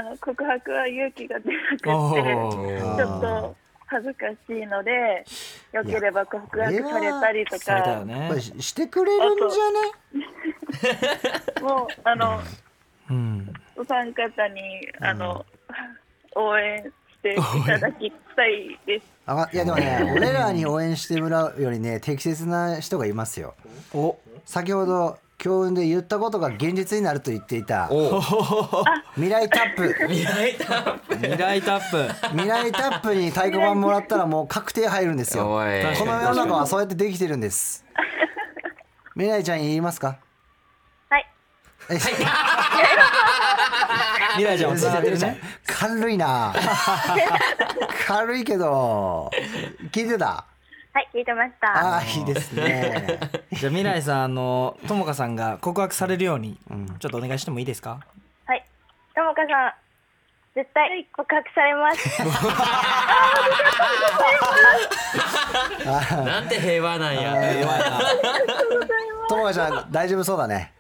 Speaker 5: の告白は勇気が出なくてち
Speaker 3: お
Speaker 2: ー
Speaker 5: ょっと恥ずかしいのでよければ告白されたりと
Speaker 3: それだよ
Speaker 5: か、
Speaker 3: ね
Speaker 2: これししてくれるんじ
Speaker 5: もうあの
Speaker 3: うん
Speaker 5: お三方にあの、応援していただきたいです。
Speaker 2: ゃないあいやでもね俺らに応援してもらうよりね適切な人がいますよ
Speaker 3: お
Speaker 2: 先ほど強運で言ったことが現実になると言っていた
Speaker 4: おう。
Speaker 2: 未来タップ
Speaker 4: 未来だ。
Speaker 3: 未来タップ
Speaker 2: 未来タップに太鼓判もらったらもう確定入るんですよ
Speaker 4: おい
Speaker 2: この世の中はそうやってできてるんです未来ちゃん言いますか
Speaker 1: はい
Speaker 2: え
Speaker 3: 未来ちゃんもつながって るね
Speaker 2: 軽いな軽いけど聞いてた
Speaker 1: はい聞いてました
Speaker 2: ああいいですね
Speaker 3: じゃあ未来さんあのともかさんが告白されるようにちょっとお願いしてもいいですか
Speaker 1: はいともかさん絶対告白されます
Speaker 4: なんて平和なんや。
Speaker 2: ともかちゃん大丈夫そうだね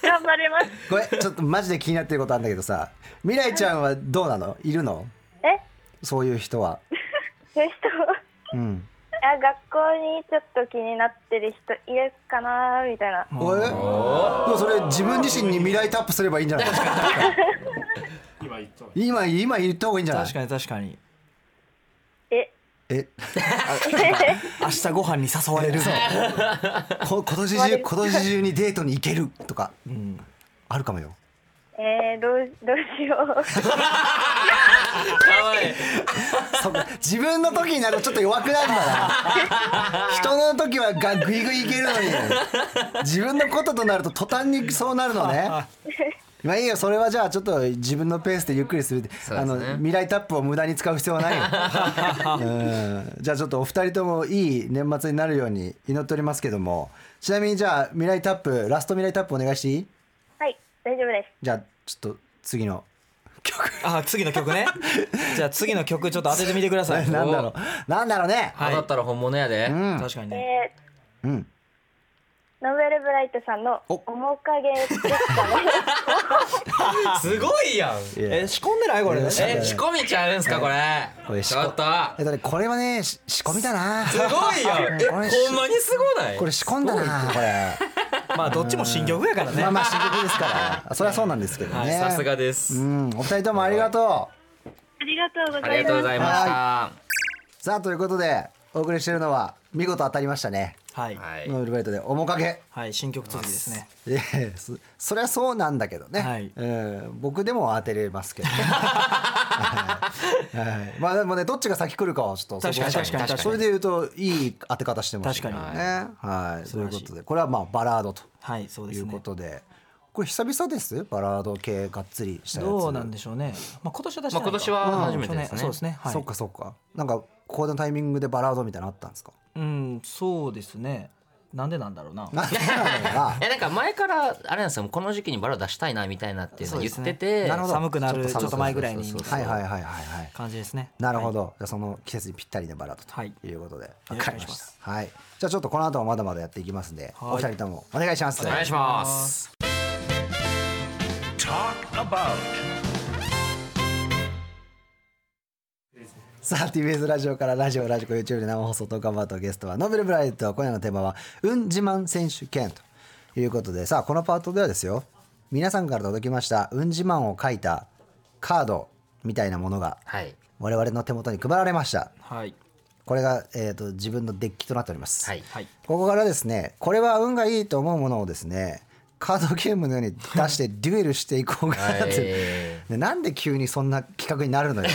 Speaker 5: 頑張ります。
Speaker 2: これちょっとマジで気になってることあるんだけどさ未来ちゃんはどうなのいるの
Speaker 1: え
Speaker 2: そういう人は
Speaker 1: そういう人
Speaker 2: うん
Speaker 1: あ学校にちょっと気になってる人いるかなみたいな
Speaker 2: おえでもそれ自分自身に未来タップすればいいんじゃない今今言った方がいいんじゃない
Speaker 3: 確かに確かに
Speaker 1: え
Speaker 2: え
Speaker 3: 明日ご飯に誘われ る
Speaker 2: こ今年中今年中にデートに行けるとか、あるかもよ
Speaker 1: えー、どうどうしよう。
Speaker 4: 可愛い
Speaker 2: そうか自分の時になるとちょっと弱くなるんだな人の時はがグイグイいけるのに自分のこととなると途端にそうなるのねまあいいよそれはじゃあちょっと自分のペースでゆっくりするって、
Speaker 4: そう
Speaker 2: あ
Speaker 4: です
Speaker 2: の
Speaker 4: ね
Speaker 2: 未来タップを無駄に使う必要はないよ うんじゃあちょっとお二人ともいい年末になるように祈っておりますけどもちなみにじゃあ未来タップラスト未来タップお願いしていい
Speaker 1: はい、大丈夫です。
Speaker 2: じゃあちょっと次の
Speaker 3: あ次の曲 ねじゃあ次の曲ちょっと当ててみてください
Speaker 2: なんだろうなんだろうね
Speaker 4: 当たったら本物やで、
Speaker 2: うん
Speaker 3: 確かにね
Speaker 1: え
Speaker 2: うん
Speaker 1: ー、ノベルブライトさんの
Speaker 2: お
Speaker 1: 面影ですかね。
Speaker 4: すごいやん
Speaker 2: いや
Speaker 3: え仕込んでないこれ
Speaker 2: え
Speaker 4: え仕込みちゃあるんすかこれ
Speaker 2: これ仕
Speaker 4: ち
Speaker 2: 込
Speaker 4: ょっと
Speaker 2: えっとねこれはねし仕込みだな
Speaker 4: すごいやんえ
Speaker 2: これ
Speaker 4: ほんまにすごない
Speaker 2: これ仕込んだなこれ
Speaker 3: まあどっちも新曲やからね
Speaker 2: まあまあ新曲ですからそれはそうなんですけどね、
Speaker 4: さすがです、
Speaker 2: うんお二人ともありがと
Speaker 5: ありがとうございます。
Speaker 4: ありがとうございました
Speaker 2: うさあということでお送りしてるのは見事当たりましたね
Speaker 3: はい
Speaker 4: はい
Speaker 2: ノーベルバイトで面影
Speaker 3: はい新曲続きですね
Speaker 2: いやそそれはそうなんだけどね、
Speaker 3: はい
Speaker 2: うん僕でも当てれますけ どね、はいはいまあでもねどっちが先来るかはちょっとそこは
Speaker 3: 確かに確かに確かに
Speaker 2: それで言うといい当て方してましたね
Speaker 3: 確
Speaker 2: はい、
Speaker 3: 素
Speaker 2: とい
Speaker 3: 晴
Speaker 2: う
Speaker 3: らしい
Speaker 2: ことでこれはまあバラードと
Speaker 3: はいそうで
Speaker 2: い
Speaker 3: す
Speaker 2: う
Speaker 3: ね
Speaker 2: ことでこれ久々ですバラード系がっつりしたやつ
Speaker 3: どうなんでしょうねまあ今年は出してないか
Speaker 4: まあ今年は初めてですね
Speaker 3: うん去年そうですねはい
Speaker 2: そっかそっかなんかここのタイミングでバラードみたいなのあったん ですか
Speaker 3: うんそうですねなんでなんだろうな
Speaker 2: なんでなのか
Speaker 4: えなんか前からあれなんですよこの時期にバラ出したいなみたいなっていうのを言ってて、
Speaker 2: なるほど
Speaker 3: 寒くなる
Speaker 2: ち
Speaker 3: ち
Speaker 2: ょっと寒くなる
Speaker 3: ょっと前ぐらいに
Speaker 4: そうそう
Speaker 2: なはいはいはいはいはい
Speaker 3: 感じですね
Speaker 2: なるほど、じゃあその季節にぴったりのバラード
Speaker 3: はい
Speaker 2: ということで、
Speaker 3: はい
Speaker 2: わかりましたはいじゃあちょっとこの後もまだまだやっていきますんで、
Speaker 3: はい
Speaker 2: お二人ともお願いします
Speaker 4: お願いします。
Speaker 6: Talk about.
Speaker 2: さあ TBS ラジオからラジオラジコ YouTube で生放送と頑張ったゲストはノベルブライト今夜のテーマは「運自慢選手権」ということでさあこのパートではですよ皆さんから届きました運自慢を書いたカードみたいなものが
Speaker 4: はい
Speaker 2: 我々の手元に配られました
Speaker 3: はい
Speaker 2: これが、えー、と自分のデッキとなっております、
Speaker 4: はい
Speaker 3: はい
Speaker 2: ここからですねこれは運がいいと思うものをですねカードゲームのように出してデュエルしていこうかなと、
Speaker 4: はい
Speaker 2: ねなんで急にそんな企画になるのよ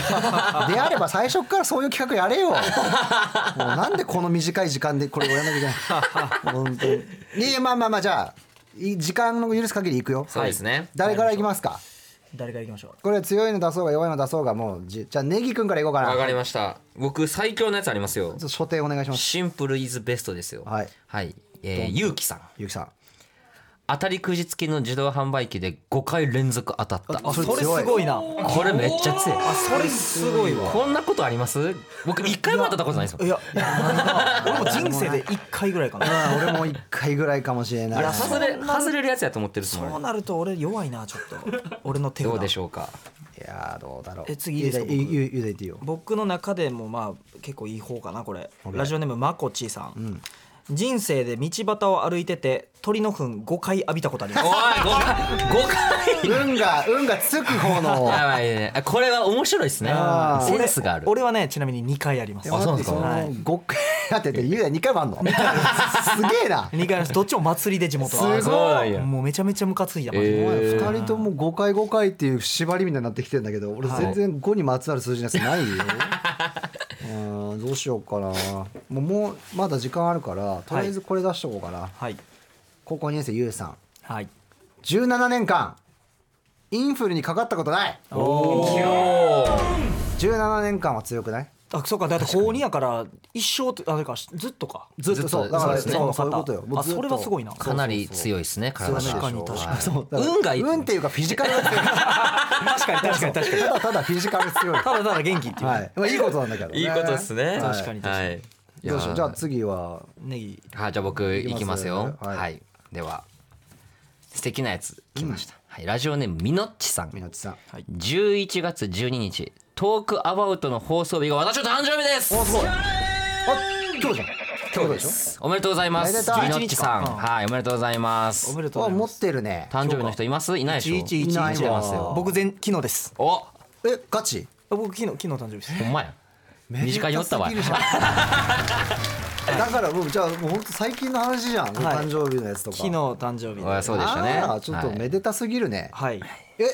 Speaker 2: であれば最初からそういう企画やれよもうなんでこの短い時間でこれをやらなきゃいけない本当にいやいやまあまあまあじゃあい時間の許す限りいくよ
Speaker 4: そうですね
Speaker 2: 誰からいきますか
Speaker 3: 誰からいきましょう
Speaker 2: これ強いの出そうが弱いの出そうがもうじじゃあネギ君からいこうかな
Speaker 4: わかり
Speaker 2: ちょ
Speaker 4: ました。僕最強のやつありますよ
Speaker 2: っ。と所定お願いします
Speaker 4: シンプルイズベストですよ。
Speaker 2: はい。
Speaker 4: はい。えー、ゆうきさん。
Speaker 2: ゆきさん
Speaker 4: 当たりくじ付きの自動販売機で5回連続当たった。
Speaker 3: あそれ
Speaker 2: 強い
Speaker 3: すごいな
Speaker 4: これめっちゃ強い。
Speaker 3: あそれすごいわ
Speaker 4: こんなことあります僕一回も当たったことないですよ
Speaker 3: い。や俺も人生で1回ぐらいかな
Speaker 2: あ俺も一回ぐらいかもしれない
Speaker 4: いや外れ外れるやつやと思ってるつも
Speaker 3: そう
Speaker 4: り。
Speaker 3: なると俺弱いなちょっと 俺の手札
Speaker 4: どうでしょうか。
Speaker 2: いやーどうだろう
Speaker 3: え次いいですか
Speaker 2: ゆゆゆゆでいっていいよ
Speaker 3: 僕の中でもまあ結構いい方かなこれラジオネームまこちさん、人生で道端を歩いてて鳥の糞5回浴びたことありま
Speaker 4: おい
Speaker 3: す
Speaker 4: 5回5回
Speaker 2: 運が運がつく方の
Speaker 4: やばいね。これは面白いですね
Speaker 2: あ。ー
Speaker 4: センスがある。
Speaker 3: 俺はねちなみに2回あります
Speaker 2: で
Speaker 4: あ
Speaker 2: も
Speaker 4: そうなん
Speaker 2: だって
Speaker 4: ですか
Speaker 2: その
Speaker 3: はい
Speaker 2: 5回当ててゆうや2回もあんのすげえな
Speaker 3: 2回ありますどっちも祭りで地元
Speaker 4: すごいあそうなんや
Speaker 3: もうめちゃめちゃムカついたマジで
Speaker 4: えー
Speaker 2: 2人とも5回5回っていう縛りみたいになってきてんだけど俺全然5にまつわる数字のやつない よ、うんどうしようかなもうもうまだ時間あるからとりあえずこれ出しとこうかな、
Speaker 3: はい
Speaker 2: 高校2年生ゆうさん
Speaker 3: はい
Speaker 2: 17年間インフルにかかったことない17年間は強くない
Speaker 3: あそうかだって高2やから一生とあれかずっとか
Speaker 2: ずっ
Speaker 4: ずっ
Speaker 2: と
Speaker 4: と
Speaker 2: そうだから
Speaker 4: そうですね
Speaker 2: そうそういうことよもう
Speaker 3: あ
Speaker 2: ずっ
Speaker 3: それはすごいな
Speaker 4: かなり強いですね。体が
Speaker 2: そう
Speaker 3: 確かに確かに
Speaker 2: そうだから
Speaker 4: 運がいい。
Speaker 2: 運っていうかフィジカルが強い
Speaker 3: 確かに確かに確かに
Speaker 2: ただただフィジカル強い
Speaker 3: ただただ元気っていう、
Speaker 2: はいまあいいことなんだけどね
Speaker 4: いいことですね。
Speaker 2: はい
Speaker 3: 確かに確かに
Speaker 4: はい。
Speaker 2: どうしようじゃあ次は
Speaker 3: ネギ
Speaker 4: はい、じゃあ僕いきますよ
Speaker 2: い。きますはい
Speaker 4: はい。では、素敵なやつ来ました。はい、ラジオネームみのっちさ
Speaker 2: み
Speaker 4: ん。
Speaker 2: のちさん
Speaker 4: 11月12日、トークアバウトの放送日が私の誕生日です。
Speaker 2: おすごいあ今日じゃん今日でし
Speaker 4: おめでとうございま。
Speaker 2: おめですとう
Speaker 4: みのっちさん。
Speaker 3: 11日か
Speaker 4: はい、おめでとうございま
Speaker 3: お
Speaker 4: す
Speaker 3: め。でと
Speaker 2: ょあ
Speaker 3: うござい
Speaker 2: 持
Speaker 3: ま
Speaker 2: っ
Speaker 3: す
Speaker 2: てるね
Speaker 4: 誕生日の人いますいないでしょ
Speaker 3: 1111
Speaker 2: いないわ
Speaker 4: 来てますよ
Speaker 3: 僕前昨日です
Speaker 4: お
Speaker 2: えガチ
Speaker 3: 僕昨日昨日誕生日です
Speaker 4: ほんまや。短い酔ったわ
Speaker 2: めちゃくちゃ過ぎるじゃんだからもうじゃあもう本当最近の話じゃん、お
Speaker 3: はい
Speaker 2: 誕生日のやつとか
Speaker 3: 昨日誕生日
Speaker 4: あ
Speaker 3: で
Speaker 4: そうでしたね
Speaker 2: あーちょっとめでたすぎるね、
Speaker 3: はい
Speaker 2: え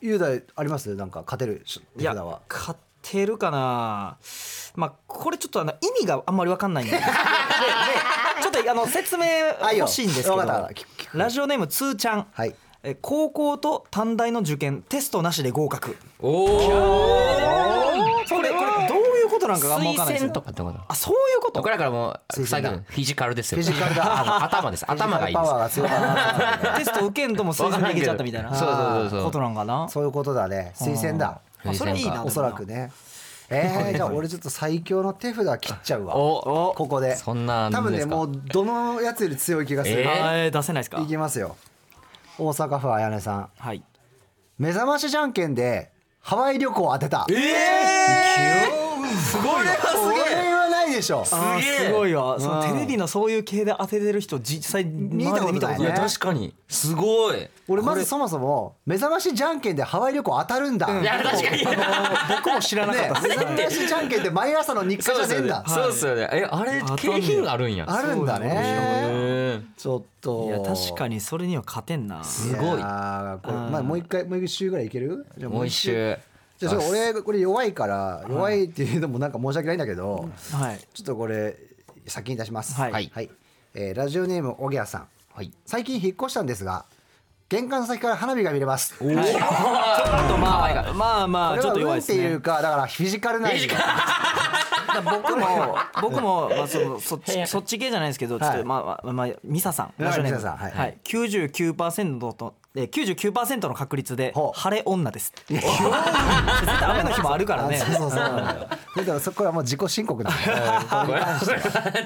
Speaker 2: 雄大ありますなんか勝てるし
Speaker 3: い
Speaker 2: 手
Speaker 3: や
Speaker 2: 札は
Speaker 3: 買ってるかなまあこれちょっとあの意味があんまり分かんないんでででちょっとあの説明
Speaker 2: あいいよ
Speaker 3: 欲しいんですけど
Speaker 2: わかった聞く聞
Speaker 3: ラジオネームつーちゃん、
Speaker 2: はい
Speaker 3: え高校と短大の受験テストなしで合格
Speaker 4: おお
Speaker 3: これこれどういうことなんかがあんま分かんないで
Speaker 4: 推
Speaker 3: す
Speaker 4: 薦
Speaker 3: よ
Speaker 4: とかってこと
Speaker 3: あそういうこと
Speaker 4: 僕らからも
Speaker 2: 推
Speaker 4: う
Speaker 2: 薦
Speaker 4: 最
Speaker 2: だ
Speaker 4: 近フィジカルですよ
Speaker 2: フィジカルだ
Speaker 4: あの頭です頭がいい
Speaker 2: パ
Speaker 4: で
Speaker 2: ワー
Speaker 4: す
Speaker 2: が強かったな
Speaker 3: テスト受けんとも推薦できちゃったみたいな
Speaker 4: わからんけどそうそうそうそう
Speaker 3: ことなんか な
Speaker 2: そういうことだね推薦だ
Speaker 3: あそれいいなでもな
Speaker 2: おそらくねえー、じゃあ俺ちょっと最強の手札切っちゃうわ
Speaker 4: お
Speaker 2: ここで
Speaker 4: そんなあ
Speaker 2: 多
Speaker 4: るん
Speaker 2: 分
Speaker 4: で
Speaker 2: ね
Speaker 4: すか
Speaker 2: もうどのやつより強い気がする、
Speaker 4: え
Speaker 3: あー出せないですか
Speaker 2: いきますよ大阪府あやねさん
Speaker 3: はい
Speaker 2: 目覚ましじゃんけんでハワイ旅行を当てたえ
Speaker 4: すごい
Speaker 2: これはないでしょ
Speaker 3: あー
Speaker 4: すげえ
Speaker 3: すごいわその
Speaker 2: うん
Speaker 3: テレビのそういう系で当ててる人実際
Speaker 2: 見たことないね
Speaker 3: 今まで見たこと
Speaker 4: い
Speaker 3: な
Speaker 4: や
Speaker 3: い
Speaker 4: 確かにすごい
Speaker 2: 俺まずそもそも目覚ましじゃんけんでハワイ旅行当たるんだ、
Speaker 4: いや確かに
Speaker 3: 僕も知らなか
Speaker 2: ね
Speaker 3: った、
Speaker 2: 目
Speaker 3: です
Speaker 2: 覚ましじゃんけんって毎朝の日課
Speaker 4: そう
Speaker 2: じ
Speaker 4: で
Speaker 2: ゃねえ
Speaker 4: すよ
Speaker 2: ん
Speaker 4: ね
Speaker 2: だ。
Speaker 4: そうですよねえあれ
Speaker 3: あ
Speaker 4: 景品があるんや
Speaker 2: あるんだね。
Speaker 4: へー
Speaker 2: ちょっと。
Speaker 3: いや確か
Speaker 2: に。
Speaker 3: にそれには勝てんな
Speaker 4: すごい
Speaker 2: これまあもう一回もう一周ぐらいいける？じゃあ
Speaker 4: もう一。周
Speaker 2: じゃあちょっと俺これ弱いから弱いっていうのもなんか申し訳ないんだけど、
Speaker 3: はい
Speaker 2: ちょっとこれ先に出します。
Speaker 3: はい
Speaker 2: はい。えーラジオネームおぎゃさん。
Speaker 4: はい
Speaker 2: 最近引っ越したんですが、玄関先から花火が見れます。これ
Speaker 3: はいちょっとまあまあまあちょっ
Speaker 2: は
Speaker 3: と弱
Speaker 2: 運
Speaker 3: い
Speaker 2: っ
Speaker 3: で
Speaker 2: て
Speaker 3: す
Speaker 2: い
Speaker 3: ね
Speaker 2: うかだからフィジカル なんだ
Speaker 4: フィジカ
Speaker 3: 僕も僕もまあそのそっちそっち系じゃないですけどちょっ
Speaker 2: はい
Speaker 3: とまあまあまあミサさん
Speaker 2: はい
Speaker 3: ラジオネーム
Speaker 2: ミサさんはい
Speaker 3: はい99%とえー99%の確率で
Speaker 2: ほう
Speaker 3: 晴れ女です 絶対雨の日もあるからね
Speaker 2: あそうそうそう。だからそこはもう自己申告なんだ。
Speaker 4: これ 確か
Speaker 2: は
Speaker 4: に
Speaker 2: い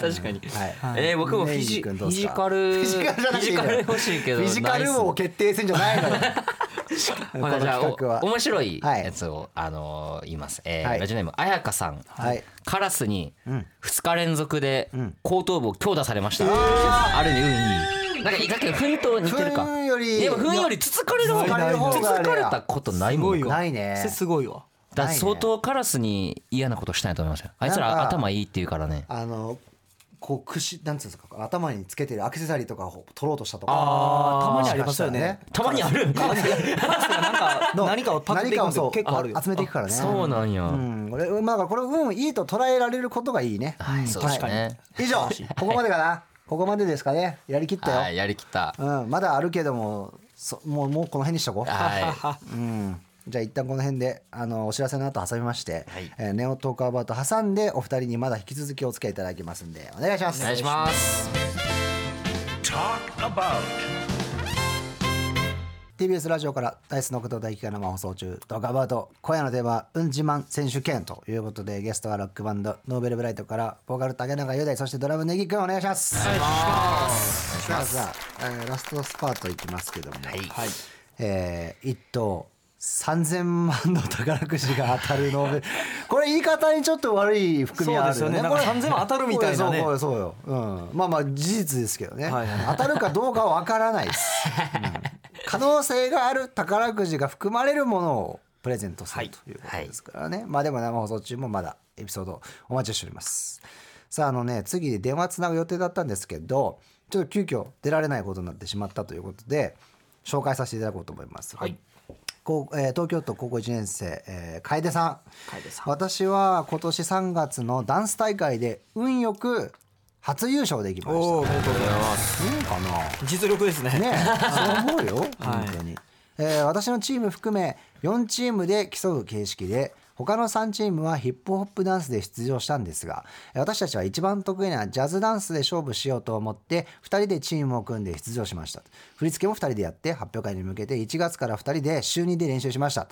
Speaker 4: えー僕もフィ
Speaker 2: メイジ
Speaker 4: ジフ
Speaker 2: 君どう
Speaker 4: ィ
Speaker 2: です
Speaker 4: ジ
Speaker 2: か
Speaker 4: カル
Speaker 2: フィジカルじゃなくていいのよ
Speaker 4: フィジカル欲しいけど
Speaker 2: フィジカル
Speaker 4: ないっすね
Speaker 2: 王決定戦じゃないのよ こ
Speaker 4: ほ
Speaker 2: の
Speaker 4: なじゃあ
Speaker 2: 企画は
Speaker 4: お面白い
Speaker 2: はい
Speaker 4: やつを、あのー言います、えー
Speaker 2: はい
Speaker 4: ラジオネームあやかさん、
Speaker 2: はい
Speaker 4: カラスに
Speaker 2: ん
Speaker 4: 2日連続で
Speaker 2: ん
Speaker 4: 後頭部を強打されました、ある意味運いいなんかだけど糞と似てるか
Speaker 2: 糞より
Speaker 4: でも糞よりつつかれる方
Speaker 2: つつかれる方が
Speaker 4: つつかれたことない
Speaker 3: す
Speaker 4: も
Speaker 3: ごい
Speaker 4: ん
Speaker 3: わ
Speaker 4: だか
Speaker 2: ないね
Speaker 3: それすごいわ
Speaker 4: ら相当カラスに嫌なことしたいと思いますよあいつ
Speaker 2: なんから
Speaker 4: 頭いいって言うからね
Speaker 2: あのこう串なんつうんですか頭につけてるアクセサリーとかを取ろうとしたとか
Speaker 3: あーたまにありますよね
Speaker 4: たまにある
Speaker 3: なんか
Speaker 2: の
Speaker 3: 何かをパクっていく
Speaker 2: 何か
Speaker 3: の
Speaker 2: をそう
Speaker 3: 結構あるよ
Speaker 2: 集めていくからね
Speaker 4: そうなんや、
Speaker 2: うんこれまあだからこれ運いいと捉えられることがいいね
Speaker 4: はいそうですね
Speaker 2: 以上ここまでかなここまでですかねやりきったよ
Speaker 4: はいやりきった
Speaker 2: うん、まだあるけどもそもうもうこの辺にしとこう、
Speaker 4: は
Speaker 2: うん、じゃあ一旦この辺であのお知らせの後挟みまして、
Speaker 4: はい
Speaker 2: えーネオトークアバウト挟んでお二人にまだ引き続きお付き合いいただきますんでお願いしま
Speaker 4: い
Speaker 2: す
Speaker 4: お願いします
Speaker 6: Talk about.
Speaker 2: TBS ラジオからダイスの工藤大輝が生放送中トークアバウト今夜のテーマは「うん自慢選手権」ということでゲストはロックバンドノーベルブライトからボーカル竹中雄大そしてドラムネギくんお願いしますお願いしますさあ、えーラストスパートいきますけどもはい
Speaker 3: はい
Speaker 2: えー、1等3000万の宝くじが当たる ノーベルこれ言い方にちょっと悪い含みあるよね
Speaker 3: そうですよねなん
Speaker 2: こ
Speaker 3: か
Speaker 2: れ
Speaker 3: 3000万当たるみたいなね
Speaker 2: これそうこれそうよ、うん、まあまあ事実ですけどね、
Speaker 3: はいは
Speaker 2: 当たるかどうかは分からないです、うん可能性がある宝くじが含まれるものをプレゼントするということですからね、まあでも生放送中もまだエピソードお待ちしておりますさああのね次電話つなぐ予定だったんですけどちょっと急遽出られないことになってしまったということで紹介させていただこうと思います、はいこうえー東京都高校1年生、えー楓さん
Speaker 3: 楓さん
Speaker 2: 私は今年3月のダンス大会で運よく初優勝できました
Speaker 3: お
Speaker 2: い
Speaker 3: おおめでとうございます
Speaker 2: いかな
Speaker 3: 実力ですね
Speaker 2: ねえそう思う よ本当に、えー私のチーム含め4チームで競う形式で他の3チームはヒップホップダンスで出場したんですがえー私たちは一番得意なジャズダンスで勝負しようと思って2人でチームを組んで出場しました振り付けも2人でやって発表会に向けて1月から2人で週2で練習しました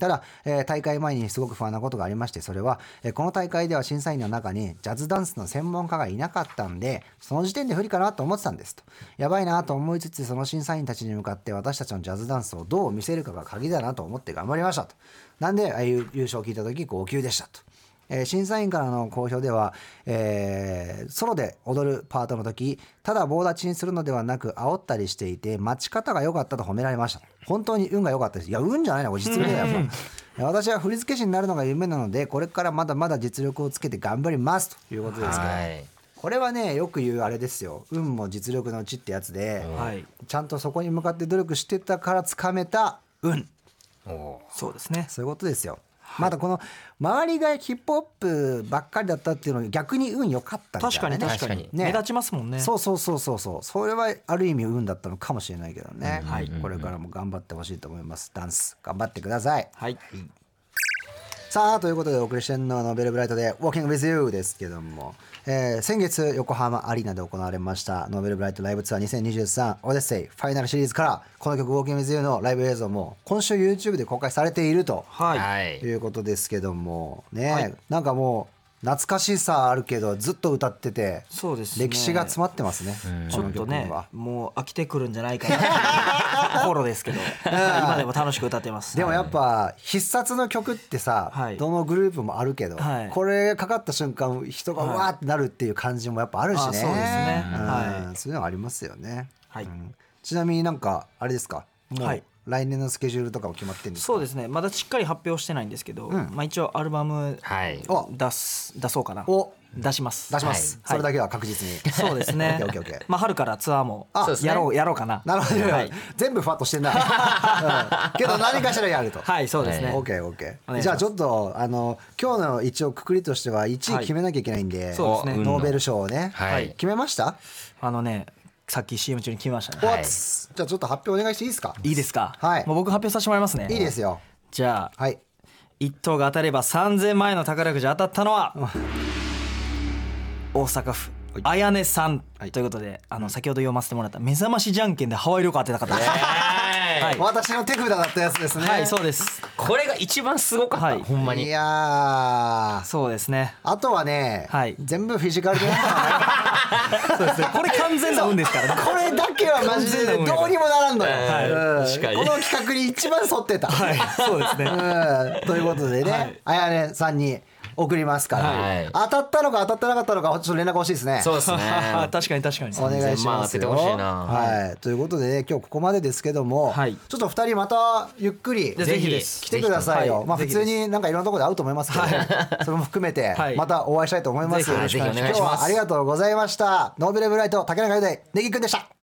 Speaker 2: ただ、えー大会前にすごく不安なことがありましてそれは、えーこの大会では審査員の中にジャズダンスの専門家がいなかったんでその時点で不利かなと思ってたんですとやばいなと思いつつその審査員たちに向かって私たちのジャズダンスをどう見せるかが鍵だなと思って頑張りましたとなんでああいう優勝を聞いた時号泣でしたとえー審査員からの好評では、えーソロで踊るパートの時ただ棒立ちにするのではなく煽ったりしていて待ち方が良かったと褒められました本当に運が良かったですいや運じゃないなこれ実力だよもう私は振付師になるのが夢なのでこれからまだまだ実力をつけて頑張りますということですから、
Speaker 4: はい
Speaker 2: これはねよく言うあれですよ運も実力のうちってやつで、
Speaker 3: はい
Speaker 2: ちゃんとそこに向かって努力してたからつかめた運
Speaker 4: お
Speaker 3: そうですね
Speaker 2: そういうことですよ、まだこの周りがヒップホップばっかりだったっていうのに逆に運良かったみ
Speaker 3: 確
Speaker 2: た
Speaker 3: か
Speaker 2: いな
Speaker 3: に
Speaker 2: ね
Speaker 3: 確かに
Speaker 4: 確か
Speaker 2: にね
Speaker 3: 目立ちますもんね
Speaker 2: そうそうそうそうそうそれはある意味運だったのかもしれないけどね、
Speaker 3: はい
Speaker 2: これからも頑張ってほしいと思いますダンス頑張ってください
Speaker 3: はい
Speaker 2: さあということでお送りしてるのはノベルブライトで「Walking with You」ですけども、えー先月横浜アリーナで行われましたノベルブライトライブツアー2023オデッセイファイナルシリーズからこの曲「Walking with You」のライブ映像も今週 YouTube で公開されていると
Speaker 4: ー
Speaker 3: はい
Speaker 4: はい
Speaker 2: いうことですけどもね、
Speaker 3: はい
Speaker 2: なんかもう懐かしさあるけどずっと歌ってて
Speaker 3: そうですね
Speaker 2: 歴史が詰まってますね
Speaker 3: ち
Speaker 2: こ
Speaker 3: ょ
Speaker 2: の
Speaker 3: っと
Speaker 2: 曲
Speaker 3: ね
Speaker 2: には。
Speaker 3: もう飽きてくるんじ ゃないかなという頃ですけど今でも楽しく歌ってます
Speaker 2: でもやっぱ必殺の曲ってさ、
Speaker 3: はい
Speaker 2: どのグループもあるけど、
Speaker 3: はい
Speaker 2: これかかった瞬間人が
Speaker 3: はい
Speaker 2: わーってなるっていう感じもやっぱあるしね、
Speaker 3: あそうですね
Speaker 2: う
Speaker 3: は
Speaker 2: んそういうのはありますよね、
Speaker 3: はい
Speaker 2: うんちなみになんかあれですかも
Speaker 3: は
Speaker 2: う
Speaker 3: い
Speaker 2: 来年のスケジュールとかも決まってるんですか
Speaker 3: そうですねまだしっかり発表してないんですけど、まあ、一応アルバム
Speaker 4: はい
Speaker 2: お
Speaker 3: 出す出そうかな
Speaker 2: お
Speaker 3: 出します
Speaker 2: 出します、
Speaker 3: は
Speaker 2: そ
Speaker 3: い
Speaker 2: れだけは確実に、
Speaker 3: そうですね
Speaker 2: オッケーオッケーオッケー
Speaker 3: まあ、春からツアーも
Speaker 2: あ
Speaker 4: そうですね
Speaker 3: やろうやろうかな
Speaker 2: なるほど、
Speaker 3: はい、
Speaker 2: 全部ふわっとしてんな、うんけど何かしらやると
Speaker 3: はい、そうですね、
Speaker 2: オッケーオッケ
Speaker 3: お願
Speaker 2: ー。
Speaker 3: いします
Speaker 2: じゃあちょっとあの今日の一応くくりとしては1位決めなきゃいけないんで、
Speaker 3: そうですね
Speaker 2: おノーベル賞をね、
Speaker 4: はい
Speaker 2: 決めました。
Speaker 3: あのねさっき CM 中に決めましたね、
Speaker 4: はい
Speaker 2: おっつじゃあちょっと発表お願いしていいですか。
Speaker 3: い、いですか、
Speaker 2: はい
Speaker 3: もう僕発表させてもらいますね
Speaker 2: いいですよ。
Speaker 3: じゃあ
Speaker 2: はい。
Speaker 3: 一等が当たれば3000万円の宝くじ当たったのは大阪府あやねさん
Speaker 2: はい
Speaker 3: ということで、あの先ほど読ませてもらった目覚ましじゃんけんでハワイ旅行当てた方です、はい
Speaker 2: 私の手札だったやつですね。
Speaker 3: はいそうです
Speaker 4: これが一番すごかった、
Speaker 3: はい
Speaker 4: ほんまに
Speaker 2: いやー。
Speaker 3: そうですね
Speaker 2: あとはね、
Speaker 3: はい
Speaker 2: 全部フィジカルでやったのね
Speaker 3: そうですねこれ完全な運ですからね
Speaker 2: これだけはマジでどうにもならんのよ、
Speaker 4: はい
Speaker 2: うん
Speaker 4: 確かに
Speaker 2: この企画に一番沿ってた、
Speaker 3: はいそうです
Speaker 2: う
Speaker 3: ね
Speaker 2: んということでね、あやねさんに送りますから、
Speaker 4: はい
Speaker 2: 当たったのか当たってなかったのかちょっと連絡欲しいですね。
Speaker 4: そうです ね
Speaker 3: 確かに確かに
Speaker 2: お願いしますよ。
Speaker 4: 3000万当ててほしいな
Speaker 2: はい、ということで、ね、今日ここまでですけども、
Speaker 3: はい
Speaker 2: ちょっと二人またゆっくり
Speaker 3: ぜひです
Speaker 2: 来てくださいよ。
Speaker 3: はい
Speaker 2: まあ普
Speaker 3: ぜひ
Speaker 2: 通
Speaker 3: です
Speaker 2: になんかいろんなところで会うと思いますけど、それも含めて
Speaker 3: はい
Speaker 2: またお会いしたいと思います。
Speaker 4: ぜひぜひお願いします
Speaker 2: 今日はありがとうございました。ノーベルブライト竹中雄大ネギくんでした。